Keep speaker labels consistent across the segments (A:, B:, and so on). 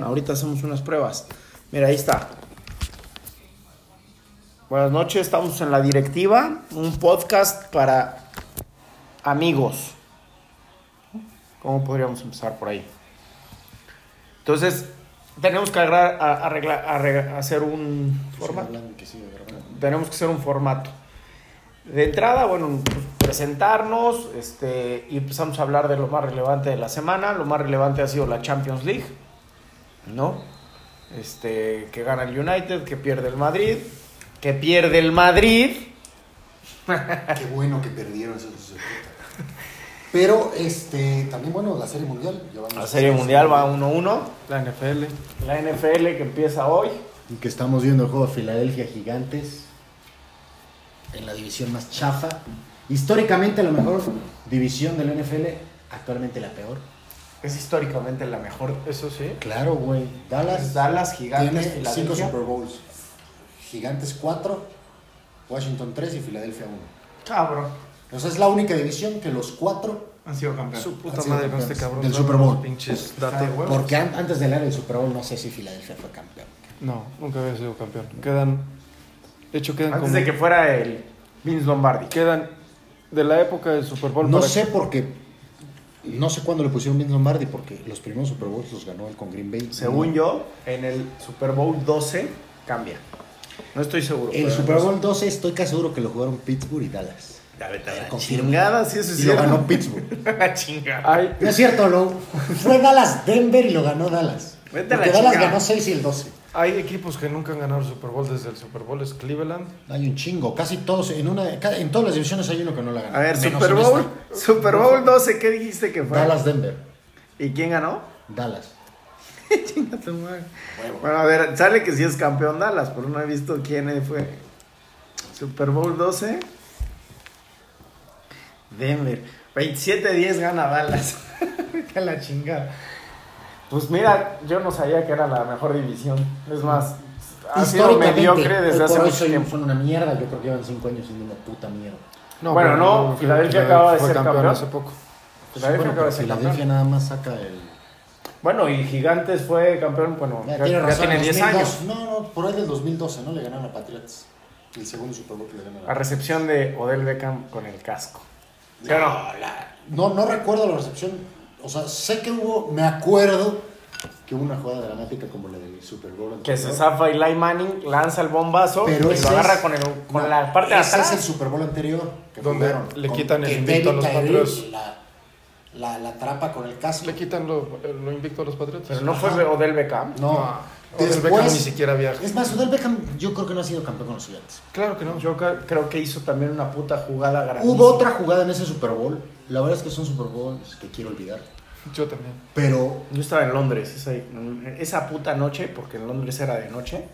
A: Ahorita hacemos unas pruebas. Mira, ahí está. Buenas noches, estamos en La Directiva, un podcast para amigos. ¿Cómo podríamos empezar por ahí? Entonces, tenemos que arreglar, a- arreglar- arreglar- hacer un formato. Tenemos que hacer un formato. De entrada, bueno, pues, presentarnos este, y empezamos a hablar de lo más relevante de la semana. Lo más relevante ha sido la Champions League, ¿no? Este, que gana el United, que pierde el Madrid, que pierde el Madrid.
B: Ah, Qué bueno que perdieron esos dos de puta. Pero este también bueno la serie mundial. ya vamos
A: La
B: a
A: Serie
B: hacer-
A: Mundial va 1-1.
C: La NFL.
A: La NFL que empieza hoy.
D: Y que estamos viendo el juego de Filadelfia Gigantes en la división más chafa. Históricamente la mejor división del NFL, actualmente la peor.
A: Es históricamente la mejor.
C: Eso sí.
D: Claro, güey.
A: Las
D: Dallas
A: Dallas Gigantes,
B: Tiene cinco
A: Filadelfia.
B: Super Bowls. Gigantes 4, Washington 3 y Filadelfia 1.
A: Cabrón.
B: O sea, es la única división que los cuatro,
C: Han sido campeones.
B: Su
C: Su
B: puta
C: puta
B: Han sido
C: madre
B: madre
C: con
B: con
C: este
B: campeones. este cabrón,
C: cabrón.
B: Del dame Super Bowl. unos
C: Pinches
A: datos, güey.
D: porque an- antes de ganar el Super Bowl no sé si Filadelfia fue campeón.
C: No, nunca había sido campeón. Quedan. De hecho, quedan
A: Antes
C: como.
A: de que fuera el Vince Lombardi.
C: Quedan de la época del Super Bowl.
D: No
C: para-
D: sé por qué. No sé cuándo le pusieron Vince Lombardi porque los primeros Super Bowls los ganó él con Green Bay.
A: Según
D: No.
A: yo, en el Super Bowl 12 cambia. No estoy seguro.
D: El
A: pero
D: Super
A: no sé.
D: Bowl 12 estoy casi seguro que lo jugaron Pittsburgh y Dallas.
A: La vete a la
D: Confirmo.
A: chingada, sí, eso es
D: Y lo
A: cierto.
D: ganó Pittsburgh.
A: La chingada.
C: Hay,
D: No es cierto, no. Fue Dallas Denver y lo ganó Dallas.
A: Vete a la
D: Porque Dallas
A: chingada.
D: ganó 6 y el 12.
C: hay equipos que nunca han ganado el Super Bowl desde el Super Bowl. Es Cleveland.
D: Hay un chingo, casi todos, en una ca- en todas las divisiones hay uno que no la ganó.
A: A ver,
D: Menos
A: Super
D: en
A: Bowl,
D: esta.
A: Super Bowl 12, ¿qué dijiste que fue?
D: Dallas Denver.
A: ¿Y quién ganó?
D: Dallas.
A: Chinga tu madre. Bueno, a ver, sale que sí es campeón Dallas, pero no he visto quién fue. Super Bowl 12. Denver. 27-10 gana Dallas. Vete a la chingada. Pues mira, yo no sabía que era la mejor división. Es más, ha sido mediocre desde
D: hoy
A: hace
D: por hoy
A: mucho
D: soy-
A: tiempo.
D: son una mierda. Yo creo que llevan 5 años siendo una puta mierda.
A: Bueno,
C: pero
A: no, Filadelfia acaba de
C: fue
A: ser campeón.
C: hace poco.
A: Filadelfia
D: bueno,
A: acaba Pues de
D: pero
A: ser
D: Filadelfia
A: campeón.
D: nada más saca el.
A: Bueno, y Gigantes fue campeón, bueno,
D: Ya
A: ya,
D: tiene
A: ya
D: razón,
A: tiene 10
D: 2002.
A: años.
B: no, no, por ahí del 2012, ¿no? Le ganaron a Patriots. El segundo Super Bowl que le ganaron.
A: A recepción de Odell Beckham con el casco. ¿Sí o no?
B: No, Ah, la- no, no recuerdo la recepción. O sea, sé que hubo, me acuerdo que hubo una jugada dramática como la del Super Bowl.
A: Que
B: anterior.
A: se zafa Eli Manning, lanza el bombazo
B: Pero
A: y
B: ese
A: lo agarra
B: es-
A: con, el, con
B: no,
A: la parte de
B: ese
A: atrás.
B: es el Super Bowl anterior. que
C: Donde
B: jugaron,
C: le
B: con-
C: quitan el
B: que
C: invicto a
B: David
C: los
B: Tyree
C: Patriots.
B: La, la, la atrapa con el casco.
C: Le quitan lo, lo invicto a los Patriotas.
A: Pero no fue Odell Beckham.
B: No.
C: Odell
B: Después-
C: Beckham ni siquiera viaja.
D: Es más, Odell Beckham yo creo que no ha sido campeón con los gigantes.
C: Claro que no.
A: Yo ca- creo que hizo también una puta jugada grande.
D: Hubo otra jugada en ese Super Bowl. La verdad es que son Super Bowls que quiero olvidar.
C: Yo también.
D: Pero
A: Yo estaba en Londres esa, esa puta noche, porque en Londres era de noche,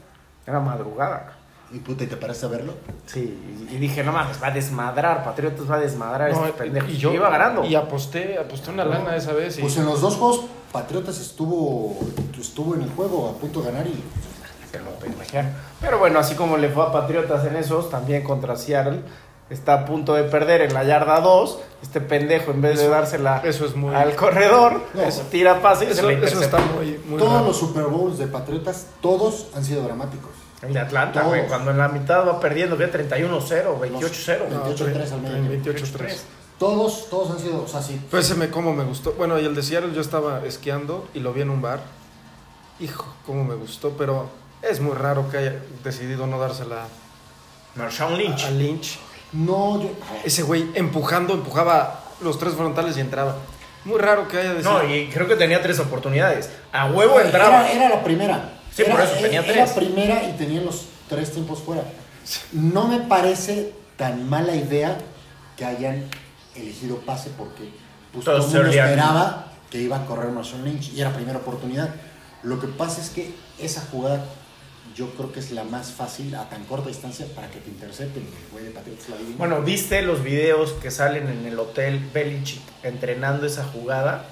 A: era madrugada.
D: Y puta, ¿y te paraste a verlo?
A: Sí, y- y dije, no mames, va a desmadrar, Patriotas va a desmadrar
C: No,
A: estos pendejos.
C: y yo
A: Ah, este iba ganando.
C: Y aposté, aposté una lana esa vez y
B: Pues en los dos juegos, Patriotas estuvo, estuvo en el juego a punto de ganar y
A: Se lo pendejearon. Pero bueno, así como le fue a Patriotas en esos, también contra Seattle. Está a punto de perder en la yarda 2. Este pendejo, en vez de
C: Eso-
A: dársela
C: eso es muy-
A: al corredor,
B: No,
A: eso, tira pase y se
C: eso,
A: la
C: eso
A: intercepta.
C: está muy, muy
B: todos
C: raro.
B: los Super Bowls de Patriotas, todos han sido dramáticos.
A: El de Atlanta,
B: Todos.
A: güey, cuando en la mitad va perdiendo, que 31-0, 28-0.
B: No. 28-3 al medio.
C: 28-3.
B: Todos, todos han sido, o sea, sí.
C: Fue ese me cómo me gustó. Bueno, y el de Seattle yo estaba esquiando y lo vi en un bar. Hijo, cómo me gustó, pero es muy raro que haya decidido no dársela
A: Marshawn Lynch.
C: a Lynch.
B: No, yo.
C: Ese güey empujando, empujaba los tres frontales y entraba. Muy raro que haya decidido.
A: No, y creo que tenía tres oportunidades. A huevo entraba.
B: Era, era la primera.
A: Sí,
B: Era-
A: por eso, tenía
B: era
A: tres.
B: la primera y tenían los tres tiempos fuera. No me parece tan mala idea que hayan elegido pase porque pues, todo el
A: Todos
B: mundo
A: se olían.
B: esperaba que iba a correr Marshawn Lynch y era primera oportunidad. Lo que pasa es que esa jugada yo creo que es la más fácil a tan corta distancia para que te intercepten. El güey de Patriotas la adivinó.
A: Bueno, ¿viste los videos que salen en el hotel Belichick entrenando esa jugada?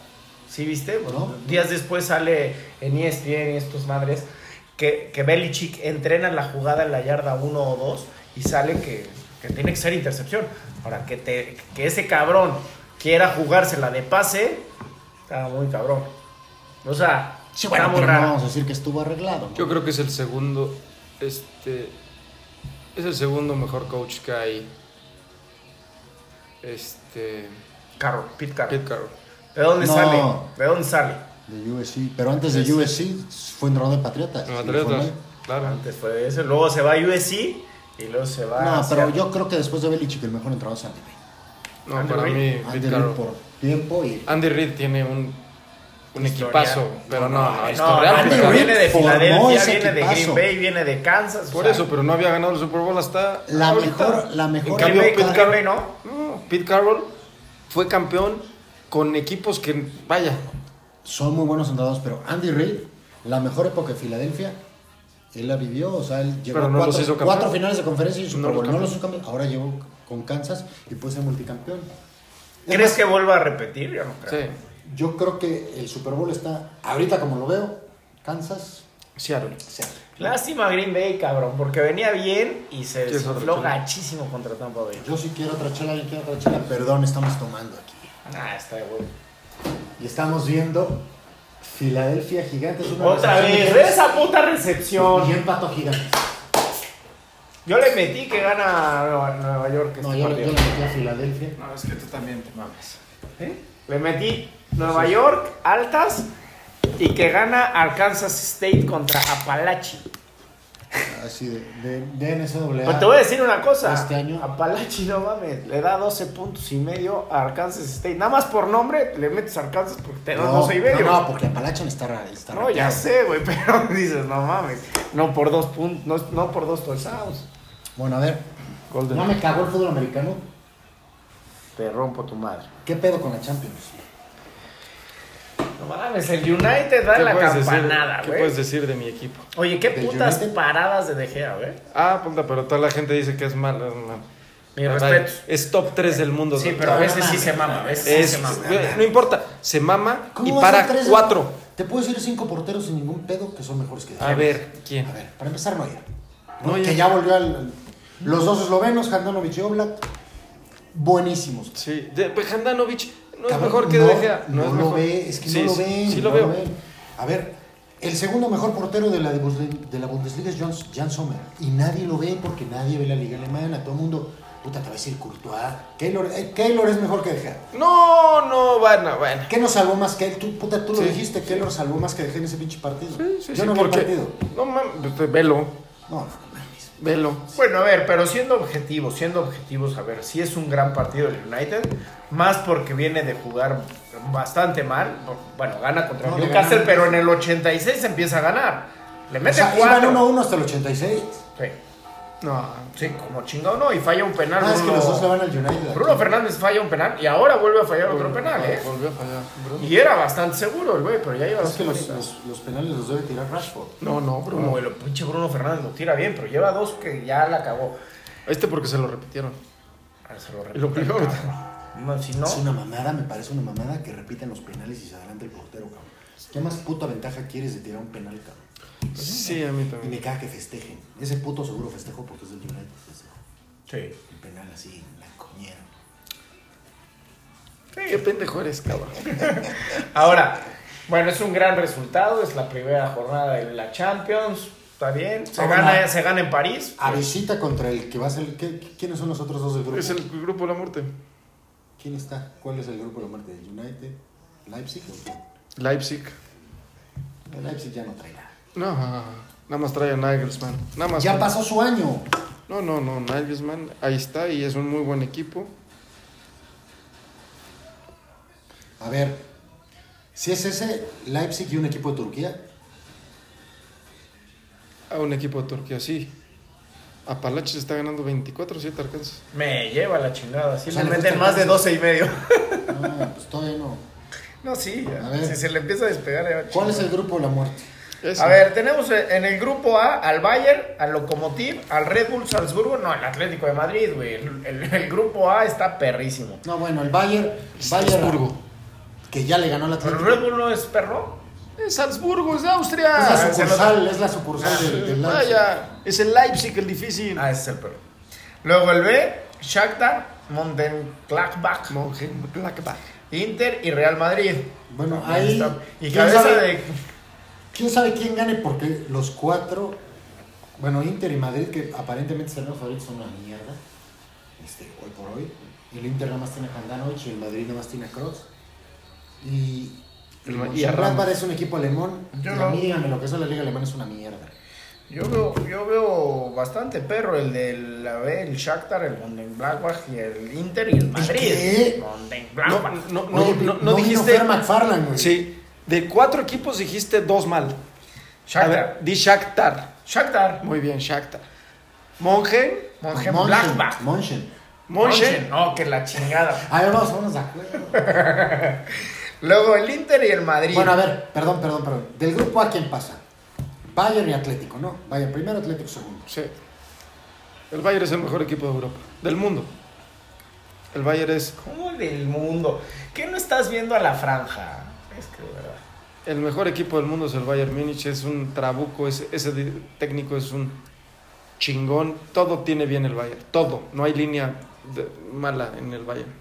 A: ¿Sí viste? Bueno,
B: No.
A: Días después sale en E ESPN y estos madres que, que Belichick entrena la jugada en la yarda 1 o 2 y sale que, que tiene que ser intercepción. Ahora, que, te, que ese cabrón quiera jugársela de pase, está muy cabrón. O sea,
B: Sí, bueno,
A: Está muy
B: pero no
A: raro.
B: vamos a decir que estuvo arreglado. ¿no?
C: Yo creo que es el segundo, este, es el segundo mejor coach que hay, este,
A: Carroll, Pete Carroll.
C: Pete Carroll.
A: ¿De dónde
B: No.
A: sale? ¿De dónde sale?
B: De USC. Pero antes de USC fue entrenador de Patriotas.
C: No,
B: y
C: atletas,
B: fue mal. Ah.
C: claro.
A: Antes fue de eso, luego se va a USC y luego se va
C: Ah,
B: No,
A: a
B: pero
A: Seattle.
B: yo creo que después de Belichick el mejor entrenador es Andy Reid.
C: No,
A: Andy
C: para
A: Reid.
C: mí,
B: Andy
C: Pete
B: Reid
C: Carroll.
B: por tiempo y
C: Andy Reid tiene un, un
A: Historia.
C: equipazo, pero no, no,
A: No,
C: historial,
A: Andy
C: Pete Carroll.
A: viene de
B: formó
A: Filadelfia,
B: ese
A: viene de Green
B: equipazo.
A: Bay, viene de Kansas. o
C: Por
A: sea,
C: eso, pero no había ganado el Super Bowl hasta
B: La
C: Ah, ahorita.
B: mejor- la mejor
C: En
A: Green
C: cambio, pues,
A: Bay
C: Pete
A: con Green Bay,
C: Carroll,
A: ¿no?
C: no, Pete Carroll fue campeón con equipos que, vaya,
B: son muy buenos entrenadores, pero Andy Reid, la mejor época de Filadelfia, él la vivió, o sea, él llegó
C: Pero
B: a
C: no
B: cuatro,
C: los hizo campeón.
B: cuatro finales de conferencia y Super
C: No los
B: Bowl, no los hizo campeón. Ahora llegó con Kansas y puede ser multicampeón.
A: ¿Crees que vuelva a repetir? Yo no creo.
C: sí,
B: Yo creo que el Super Bowl está, ahorita como lo veo, Kansas,
C: Seattle.
B: Seattle.
A: Lástima Green Bay, cabrón, porque venía bien y se
C: Sí, es otra
A: desinfló
C: chela.
A: gachísimo contra Tampa Bay.
B: Yo sí quiero otra chela, yo quiero otra chela. Perdón, estamos tomando aquí.
A: Ah, está de huevo.
B: Y estamos viendo Filadelfia Gigantes. una
A: Otra
B: recepción
A: vez,
B: de-
A: ve esa puta
B: Y
A: recepción.
B: empató Gigantes.
A: Yo le metí que gana Nueva, Nueva York
B: No,
A: este
B: yo,
A: partido.
B: yo le metí a Filadelfia.
E: No, es que tú también te mames.
A: Le metí Nueva York, altas, y que gana Arkansas State contra Apalachi.
B: Así de, de, de NCAA.
A: Pero te voy a decir una cosa.
B: Este año.
A: Apalachi, no mames, le da 12 puntos y medio a Arkansas State. Nada más por nombre le metes a Arkansas porque te da 12 y medio.
B: No,
A: No,
B: no, porque Appalachian está raro. Está
A: ya
B: rapeado.
A: sé, güey, pero dices, no mames. No por dos puntos, no, no por dos touchdowns.
B: Bueno, a ver.
A: Golden.
B: No me cagó el fútbol americano.
A: Te rompo tu madre.
B: ¿Qué pedo con la Champions?
A: No mames, el United da
C: ¿Qué
A: la
C: puedes decir-
A: campanada,
C: ¿Qué puedes
A: güey.
C: decir de mi equipo?
A: Oye, qué
B: ¿Del
A: putas
B: United?
A: paradas de De Gea, güey.
C: Ah, puta, pero toda la gente dice que es malo. hermano.
A: Mi
C: Vaya,
A: respeto.
C: Es top 3 del mundo.
A: Sí,
C: güey.
A: pero a
B: No
A: veces sí
B: mames,
A: se mama, a veces sí
C: Es-
A: se mama.
C: no importa, se mama y
B: vas a
C: para
B: tres-
C: 4.
B: Te puedo decir cinco porteros sin ningún pedo que son mejores que
C: A ver, ¿quién?
B: A ver, para empezar, Neuer. ¿no?
C: Neuer.
B: Que ya volvió al. al- Los dos eslovenos, Handanovic y Oblak. Buenísimos.
C: Sí, de, pues, Handanovic no es
B: Cabrón,
C: mejor que
B: no,
C: De Gea.
B: No,
C: es
B: lo
C: mejor.
B: ve, es que
C: Sí,
B: no lo
C: sí,
B: ven.
C: Sí, lo
B: no
C: veo.
B: ven. A ver, el segundo mejor portero de la, de Bundes- de la Bundesliga es Jan, Jan Sommer. Y nadie lo ve porque nadie ve la Liga Alemana. Todo el mundo, puta, te va a decir Courtois. Keylor, eh, Keylor es mejor que De Gea.
C: No, no, bueno, bueno.
B: ¿Qué nos salvó más que él? Tú, puta, tú
C: Sí.
B: lo dijiste. Keylor salvó más que De Gea en ese pinche partido.
C: Sí, sí,
B: Yo
C: sí,
B: no vi el
C: porque-
B: partido.
C: No mames, pues, velo,
B: No, no mames.
C: velo.
A: Bueno, a ver, pero siendo objetivos, siendo objetivos, a ver, si es un gran partido el United, más porque viene de jugar bastante mal, bueno, gana contra
B: No, le
A: Newcastle,
B: ganaron.
A: pero en el 86 empieza a ganar. Le
B: O
A: mete
B: sea,
A: cuatro.
B: iban 1-1 hasta el 86.
A: Sí,
C: No,
A: sí, como chingado no, y falla un penal.
B: Ah, es que
A: Bruno-
B: los dos le van al United.
A: Bruno Fernández falla un penal y ahora vuelve a fallar otro
C: Volvió-
A: penal, ¿eh?
C: Volvió a fallar. Bruno.
A: Y era bastante seguro el güey, pero ya lleva
B: Es
A: dos
B: que los,
A: penales.
B: los- los penales los debe tirar Rashford.
C: No,
A: Bruno,
C: no, Bruno.
A: güey, lo pinche Bruno Fernández lo tira bien, pero lleva dos que ya la cagó.
C: Este porque se lo repitieron.
A: Ah, se lo
C: Y lo
A: repito,
C: peor.
A: cabrón. No, si no,
B: Es una mamada, me parece una mamada que repitan los penales y se adelante el portero, cabrón. ¿Qué más puta ventaja quieres de tirar un penal, cabrón?
C: Sí, a mí
B: Y me
C: también.
B: caga que festejen. Ese puto seguro festejo porque es del United. festejo.
A: sí.
B: El penal así, en la coñera.
C: Qué pendejo eres, cabrón.
A: Ahora, bueno, es un gran resultado, es la primera jornada de la Champions, está bien, se,
B: Ahora-
A: gana, se gana en París. pues,
B: A visita contra el que va a ser. ¿qué- ¿Quiénes son los otros dos del grupo?
C: Es el grupo de la muerte.
B: ¿Quién está? ¿Cuál es el grupo de la muerte? ¿El United? ¿Leipzig o qué?
C: Leipzig.
B: El Leipzig ya no trae nada.
C: No, nada más trae a Nagelsmann. Nada más.
B: Ya pasó su año.
C: No, no, no, Nagelsmann ahí está y es un muy buen equipo.
B: A ver, si es ese, Leipzig y un equipo de Turquía.
C: A un equipo de Turquía, sí. Apalaches está ganando 24-7 alcanza.
A: Me lleva la chingada, si
B: O sea,
A: le
B: le
A: meten
B: gusta
A: más de
B: el
A: 12 y medio.
B: No, pues todavía no.
A: No, sí, ya,
B: A ver.
A: si se le empieza a despegar. ya va
B: ¿Cuál es
A: chingada.
B: el grupo de la muerte?
C: Ese.
A: A ver, tenemos eh, en el grupo A al Bayern, al Lokomotiv, al Red Bull Salzburgo, no, al Atlético de Madrid, güey. El, el- el grupo A está perrísimo.
B: No, bueno, el Bayern. Bayern
C: Salzburgo.
B: que ya le ganó la
A: ¿Pero el
B: Atlético.
A: Red Bull no es perro?
C: Es Salzburgo, es de
A: ah,
B: Es la
C: Austria.
B: sucursal, es la sucursal del, del Leipzig.
C: Vaya, es el Leipzig el difícil.
A: Ah, ese es el perro. Luego el B, Shakhtar, Montenglachbach,
C: Mongen- Blackback.
A: Inter y Real Madrid.
B: Bueno,
A: Ahí
B: ahí.
A: está. Y
B: ¿quién
A: cabeza
B: sabe?
A: de.
B: ¿Quién sabe quién gane? Porque los cuatro, bueno, Inter y Madrid, que aparentemente serán los favoritos, son una mierda, este, hoy por hoy. Y el Inter nada más tiene a Handanovic y el Madrid nada más tiene a Kroos. Y
C: El
B: el
C: Ma- y a
B: Mönchengladbach
C: Ramos.
B: es un equipo alemán.
A: Yo
B: y
A: no.
B: a mí, díganme, lo que es la Liga Alemana es una mierda.
A: Yo veo, yo veo bastante perro el del a ver, el Shakhtar, el Mönchengladbach y el Inter y el Madrid.
B: qué?
C: No,
A: Mönchengladbach.
C: no, no,
B: Oye,
C: no-
B: vino
C: no dijiste.
B: Fer McFarland, güey.
C: Sí, de cuatro equipos dijiste dos mal. A ver,
A: Shakhtar.
C: di Shakhtar.
A: Shakhtar.
C: Muy bien, Shakhtar. Monje,
A: Mönchengladbach.
B: Monchen.
C: Monje.
A: No, que la chingada.
B: A ver, vamos, vamos de acuerdo.
A: Luego el Inter y el Madrid.
B: Bueno, a ver, perdón, perdón, perdón. Del grupo A, ¿quién pasa? Bayern y Atlético, ¿no? Bayern primero, Atlético segundo.
C: Sí. El Bayern es el mejor equipo de Europa, del mundo. El Bayern es
A: ¿Cómo del mundo? ¿Qué no estás viendo a la franja? Es que de verdad.
C: el mejor equipo del mundo, es el Bayern Múnich. Es un trabuco, es- ese di- técnico es un chingón. Todo tiene bien el Bayern, todo. No hay línea de- mala en el Bayern.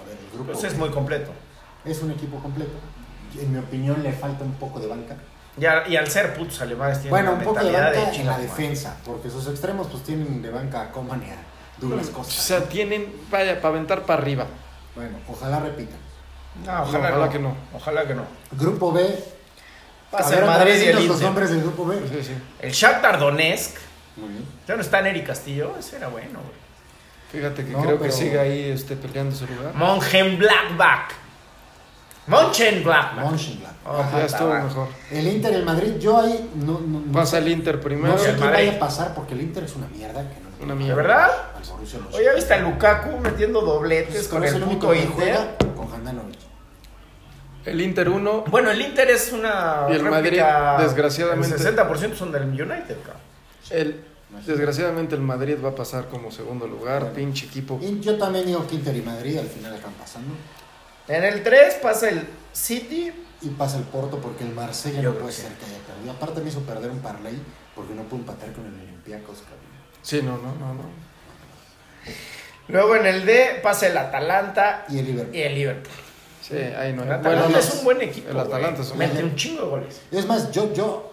B: A ver, el grupo
A: Pues
B: B.
A: es muy completo.
B: es un equipo completo. En mi opinión, le falta un poco de banca.
A: Y al, y al ser putos alemanes tienen
B: Bueno,
A: una
B: un poco de
A: mentalidad
B: banca en la
A: chingada.
B: defensa, porque sus extremos pues tienen de banca a Coman y a Douglas
C: O
B: Costa.
C: sea, tienen, vaya, para aventar para arriba.
B: Bueno, ojalá repitan.
A: No, ojalá,
C: Ojalá
A: que
C: que
A: no.
C: no.
A: Ojalá que no.
B: Grupo B.
A: Pasa
B: a
A: el
B: ver, otra
A: Madrid
B: vez
A: y el
B: dinos los
A: Inter.
B: nombres del grupo B.
C: Sí, sí.
A: El Shakhtar Donetsk.
B: Muy bien.
A: Ya no está Neri Castillo. Eso era bueno, güey.
C: Fíjate que
B: No,
C: creo que
B: pero-
C: sigue ahí este, peleando su lugar.
A: Mönchengladbach. Mönchengladbach.
B: Mönchengladbach.
A: Oh,
C: ya estuvo mejor.
B: El Inter y el Madrid, yo ahí no, no, no sé-
C: Pasa el Inter primero.
B: no sé
A: El
B: quién
A: Madrid.
B: vaya a pasar porque el Inter es una mierda que no
C: Una
A: ¿De
C: mierda.
A: verdad?
B: al Borussia lo
A: Oye, ¿ya viste a Lukaku metiendo dobletes
B: Pues,
A: con
B: es
A: el
B: único
A: puto
B: que
A: Inter?
B: juega Con Handanovic.
C: El Inter 1.
A: Bueno, el Inter es una.
C: Y el
A: réplica-
C: Madrid, desgraciadamente.
A: El 60% son del United, cabrón.
C: El, desgraciadamente el Madrid va a pasar como segundo lugar. Pinche equipo.
B: Y yo también digo que Inter y Madrid al final están pasando.
A: En el 3 pasa el City.
B: Y pasa el Porto porque el Marsella
A: Yo
B: no
A: creo
B: puede
A: que
B: ser que haya perdido. Aparte me hizo perder un parlay porque no pude empatar con el Olympiacos, cabrón.
C: Sí, no, no, no. no.
A: Luego en el D pasa el Atalanta
B: Y el Liverpool.
A: y el Liverpool.
C: Sí, ahí no.
A: El
C: hay-
A: Atalanta
C: bueno,
A: es
C: no.
A: un buen equipo.
C: El
A: güey.
C: Atalanta es un
A: Mete
B: buen-
A: un chingo de goles.
B: Es más, yo, yo,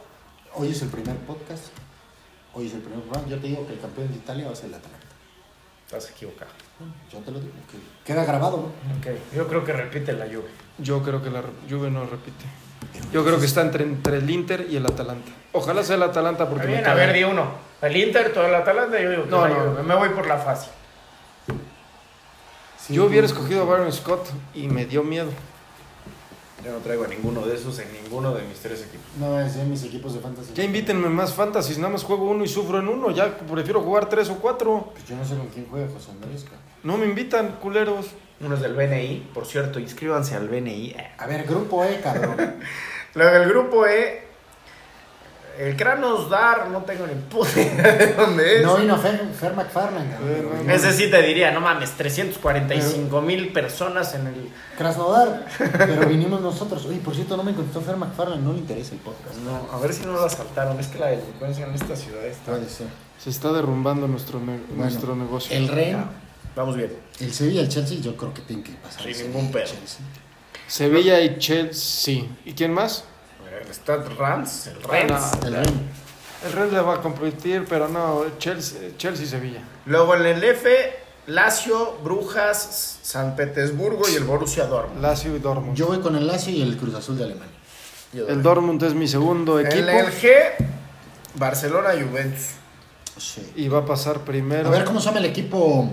B: hoy es el primer podcast. Hoy es el primer programa. Yo te digo que el campeón de Italia va a ser el Atalanta.
A: Estás equivocado.
B: Yo te lo digo. que Queda grabado, ¿no?
A: Ok, Yo creo que repite la lluvia.
C: Yo creo que la re- Juve no repite. Yo creo que está entre, entre el Inter y el Atalanta. Ojalá sea el Atalanta porque me
A: Bien, a
C: cae.
A: ver, di uno. El Inter, todo el Atalanta, yo digo que
C: No,
A: la
C: no,
A: Juve.
C: no.
A: me voy por la fácil.
B: Sí,
C: Yo hubiera
B: sí.
C: escogido a Baron Scott y me dio miedo.
A: Yo no traigo a ninguno de esos en ninguno de mis tres equipos.
B: No, es de mis equipos de fantasy.
C: Ya invítenme más fantasies, nada más juego uno y sufro en uno. Ya prefiero jugar tres o cuatro.
B: Pues yo no sé con quién juega José Andrés, cabrón.
C: No me invitan, culeros.
A: Uno es del BNI, por cierto, inscríbanse al BNI. Eh.
B: A ver, grupo E, cabrón.
A: Luego del grupo E, el Kranos Dar, no tengo ni puta idea de dónde es.
B: No vino Fer, Fer McFarland,
C: Eh,
B: cabrón.
C: no,
A: Ese sí te diría, no mames, 345 mil personas en el...
B: Krasnodar, pero vinimos nosotros. Oye, por cierto, no me contestó Fer McFarland, no le interesa el podcast.
A: Pues No, a ver si no lo asaltaron, es que la delincuencia en esta ciudad está...
B: Puede ser.
C: Se está derrumbando nuestro, ne-
B: Bueno,
C: nuestro negocio.
B: El Rey,
A: Vamos bien.
B: el Sevilla, el Chelsea, yo creo que tienen que pasar.
A: Sin
B: el Sevilla,
A: ningún
B: el
A: pedo.
B: Chelsea.
C: Sevilla y Chelsea. ¿Y quién más?
A: Está Rams, el
C: Ah,
A: Rams.
C: no.
B: El Rey.
C: El Red le va a competir, pero no, Chelsea, Chelsea Sevilla.
A: Luego en el F, Lazio, Brujas, San Petersburgo y el Borussia Dortmund.
C: Lazio y Dortmund.
B: Yo voy con el Lazio y el Cruz Azul de Alemania.
C: El Dortmund es mi segundo equipo
A: En el G, Barcelona, Juventus.
B: Sí.
C: y va a pasar
B: A
C: primero.
B: ver cómo se llama el equipo,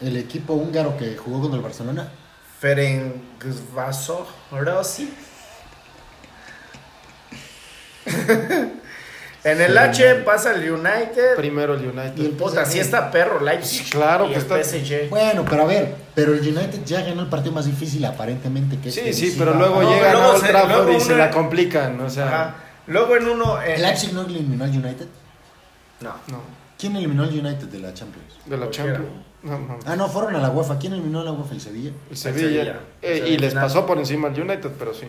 B: el equipo húngaro que jugó contra el Barcelona.
A: Ferenc Rossi. en el H pasa el United.
C: Primero el United.
B: Y el-
A: Puta, sí está perro Leipzig.
C: Claro
A: y
C: que
A: el
C: está.
A: PSG.
B: Bueno, pero a ver, pero el United ya ganó el partido más difícil aparentemente que es
C: Sí,
B: de
C: sí,
B: visita.
C: pero luego
A: No,
C: llegan
A: luego
C: a Old
A: se-
C: Trafford
A: luego
C: y se
A: una-
C: la complican, o sea,
A: Ajá. Luego en uno. en-
B: ¿El Leipzig no eliminó al United?
A: No.
C: no,
B: ¿Quién eliminó al United de la Champions?
C: de la
A: Cualquiera.
C: Champions. No, no.
B: Ah, no, fueron a la UEFA. ¿Quién eliminó a la UEFA? El Sevilla.
C: El Sevilla.
A: Sevilla.
C: Eh,
A: El
C: y les
A: Sevilla.
C: pasó por encima al United, pero sí.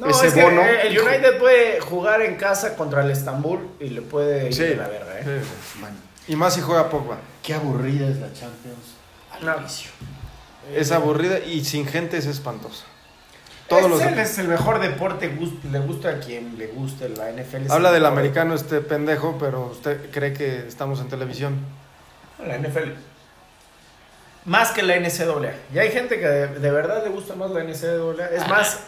A: No,
C: Ese
A: es que,
C: bono.
A: eh, el United puede jugar en casa contra el Estambul y le puede ir
C: Sí.
A: de la verga, ¿eh?
C: Sí.
B: Man,
C: Y más si juega Pogba.
B: qué aburrida es la Champions.
A: No.
C: Es aburrida y sin gente es espantosa. todos los.
A: Este es el mejor deporte, gust- le gusta a quien le guste, la NFL. es
C: Habla
A: el
C: del
A: mejor
C: americano este pendejo, pero usted cree que estamos en televisión.
A: deporte. La NFL. Más que la NCAA. Y hay gente que de, de verdad le gusta más la NCAA. Es más,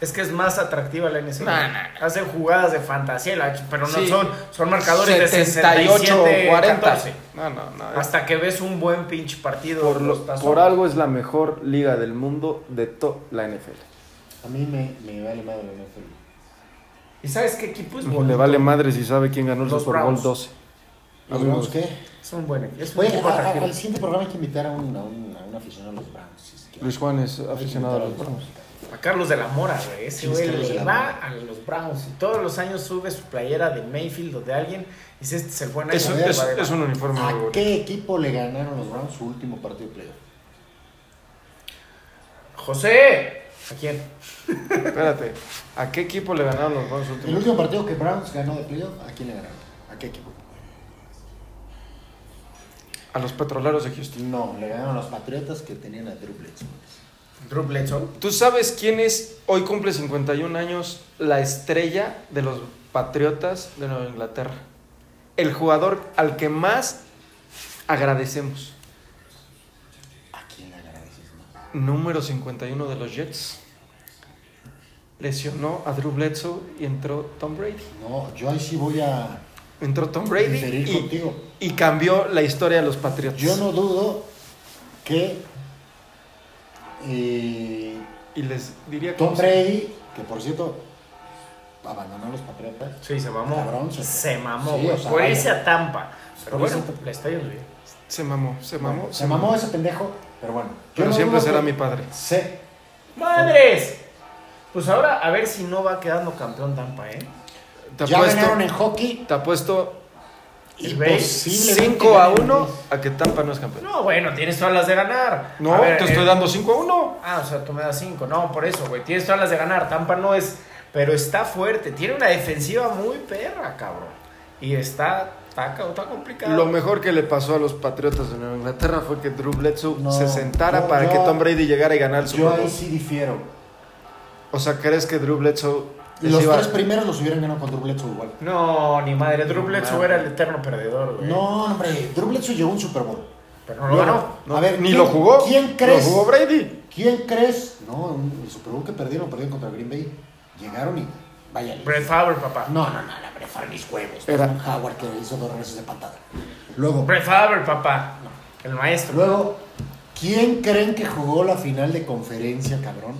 A: es que es más atractiva la NCAA.
C: Nah, nah,
A: Hacen jugadas de fantasía, la ch- pero no
C: Sí.
A: son, son marcadores de
C: 78,
A: 67,
C: 40.
A: 14.
C: No, no, no. es-
A: Hasta que ves un buen pinche partido.
C: por, lo-
A: los tazones.
C: por algo es la mejor liga del mundo de toda la NFL.
B: A mí me, me vale madre la NFL.
A: ¿Y sabes qué equipo es
C: Le
A: bonito?
C: vale madre si sabe quién ganó el
A: Los
C: Super Bowl
A: Browns.
C: 12.
B: ¿Los
C: A mí me
B: Browns
C: gusta.
B: qué?
A: Es un buen equipo. Es un
B: Oye,
A: equipo
B: a- a-
A: atractivo.
B: al siguiente programa hay que invitar a un, a un, a un aficionado a los Browns. si es que-
C: Luis Juan es
B: hay que
C: aficionado a
B: invitar
C: los Browns.
A: A Carlos de la Mora, güey. Ese
B: Sí, es
A: güey
B: Carlos de
A: le
B: la
A: va
B: Mora.
A: a los Browns. Y todos los años sube su playera de Mayfield o de alguien. Y dice, este es el buen año.
C: Es,
A: güey,
C: es-
A: va de
C: es un uniforme muy
B: ¿A
C: bonito.
B: qué equipo le ganaron los Browns su último partido de playoff?
A: ¡José! ¿A quién?
C: Espérate, ¿a qué equipo le ganaron los Browns
B: El
C: últimos?
B: último partido que Browns ganó de playoff, ¿a quién le ganaron? ¿A qué equipo?
C: A los petroleros de Houston.
B: No, le ganaron a los Patriotas que tenían a Drew Bledsoe.
A: Drew Bledsoe.
C: ¿Tú sabes quién es, hoy cumple 51 años, la estrella de los Patriotas de Nueva Inglaterra? El jugador al que más agradecemos.
B: ¿A quién le agradeces? no?
C: Número 51 de los Jets. Lesionó a Drew Bledsoe y entró Tom Brady.
B: No, yo ahí sí voy a
C: Entró Tom
B: diferir
C: Brady
B: contigo.
C: y, y cambió la historia de los Patriotas.
B: Yo no dudo que eh,
C: Y les diría
B: Tom
C: cómo se-
B: Brady, que por cierto abandonó los Patriotas,
A: Sí, se mamó.
B: Cabrón, se-
A: se mamó,
B: Sí,
A: güey.
B: o sea,
A: por
B: vaya.
A: ese a Tampa. Pero
B: Por
A: bueno,
B: ese-
A: le está yendo bien.
C: se mamó, se mamó.
B: se mamó ese pendejo, pero bueno. yo
C: Pero
B: no
C: siempre
B: dudo
C: será
B: que-
C: mi padre.
B: Sé,
A: ¡Madres! Pues ahora a ver si no va quedando campeón Tampa, ¿eh?
C: Te
B: ya ganaron en
C: apuesto,
B: hockey,
C: te apuesto
A: Y ve,
B: imposible.
C: 5 a 1 a que Tampa no es campeón.
A: No, bueno, tienes todas las de ganar.
C: No,
A: A ver,
C: te
A: eh,
C: estoy dando 5 a 1.
A: Ah, o sea, tú me das 5. No, por eso, güey. Tienes todas las de ganar. Tampa no es. Pero está fuerte. Tiene una defensiva muy perra, cabrón. Y está. Está, ca- está complicado.
C: Lo mejor que le pasó a los Patriotas de Nueva Inglaterra fue que Drew Bledsoe
B: No,
C: se sentara
B: yo-
C: para
B: yo-
C: que Tom Brady llegara y ganara el Super
B: Yo ahí
C: Bowl.
B: sí difiero.
C: O sea, ¿crees que Drew Bledsoe les
B: Los
C: iba-
B: tres primeros los hubieran ganado con Drew Bledsoe igual.
A: No, ni madre. Drew Bledsoe era el eterno perdedor, güey.
B: No, hombre, Drew Bledsoe llegó a un Super Bowl.
A: Pero no lo ganó.
C: No,
B: a ver,
C: ni
B: ¿quién-
C: lo jugó?
B: ¿Quién crees?
C: Lo jugó Brady.
B: ¿Quién crees? No, el Super Bowl que perdieron, perdieron contra Green Bay. Llegaron y vaya.
A: Brett Favre, papá.
B: No, no, no, la Brefar mis huevos.
C: Era-
B: Era un Howard que hizo dos regresos de patada. Luego,
A: Brett Favre, papá. El maestro.
B: luego, ¿quién creen que jugó la final de conferencia, cabrón?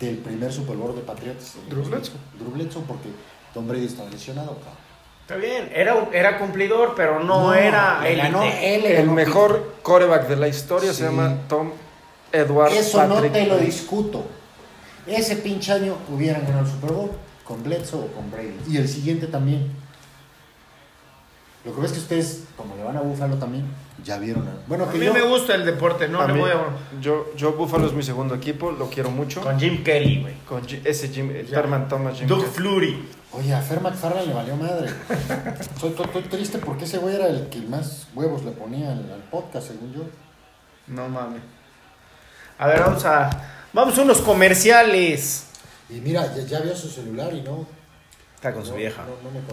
B: Del primer Super Bowl de Patriotas.
C: Drew Bledsoe.
B: Drew Bledsoe, porque Tom Brady estaba lesionado, cabrón.
A: Está bien. Era, un- era cumplidor, pero no,
B: No,
A: era.
B: le ganó
A: élite.
B: él, le
C: El
B: ganó
C: mejor coreback de la historia
B: Sí.
C: se llama Tom Edward
B: Eso
C: Patrick
B: no te lo
C: Mahomes.
B: discuto. Ese pinche año hubieran ganado el Super Bowl con Bledsoe o con Brady. Y el siguiente también. Lo que ves que ustedes, como le van a Búfalo también, ya vieron. a- Bueno,
A: A
B: que
A: mí
B: yo,
A: me gusta el deporte. No
C: A
A: le
C: mí-
A: voy a.
C: Yo, yo Buffalo es mi segundo equipo, lo quiero mucho. Con,
A: Con Jim Kelly, güey.
C: G- ese Jim, el
A: Ya.
C: Sherman Thomas Jim.
A: Doug
C: Kelly.
A: Flurry.
B: Oye, a Fer McFarland le valió madre. Estoy, estoy- estoy triste porque ese güey era el que más huevos le ponía al, al podcast, según yo.
A: No mames. A ver, vamos a. Vamos a unos comerciales.
B: Y mira, ya, ya vio su celular y no.
A: Está con
B: no- no- no me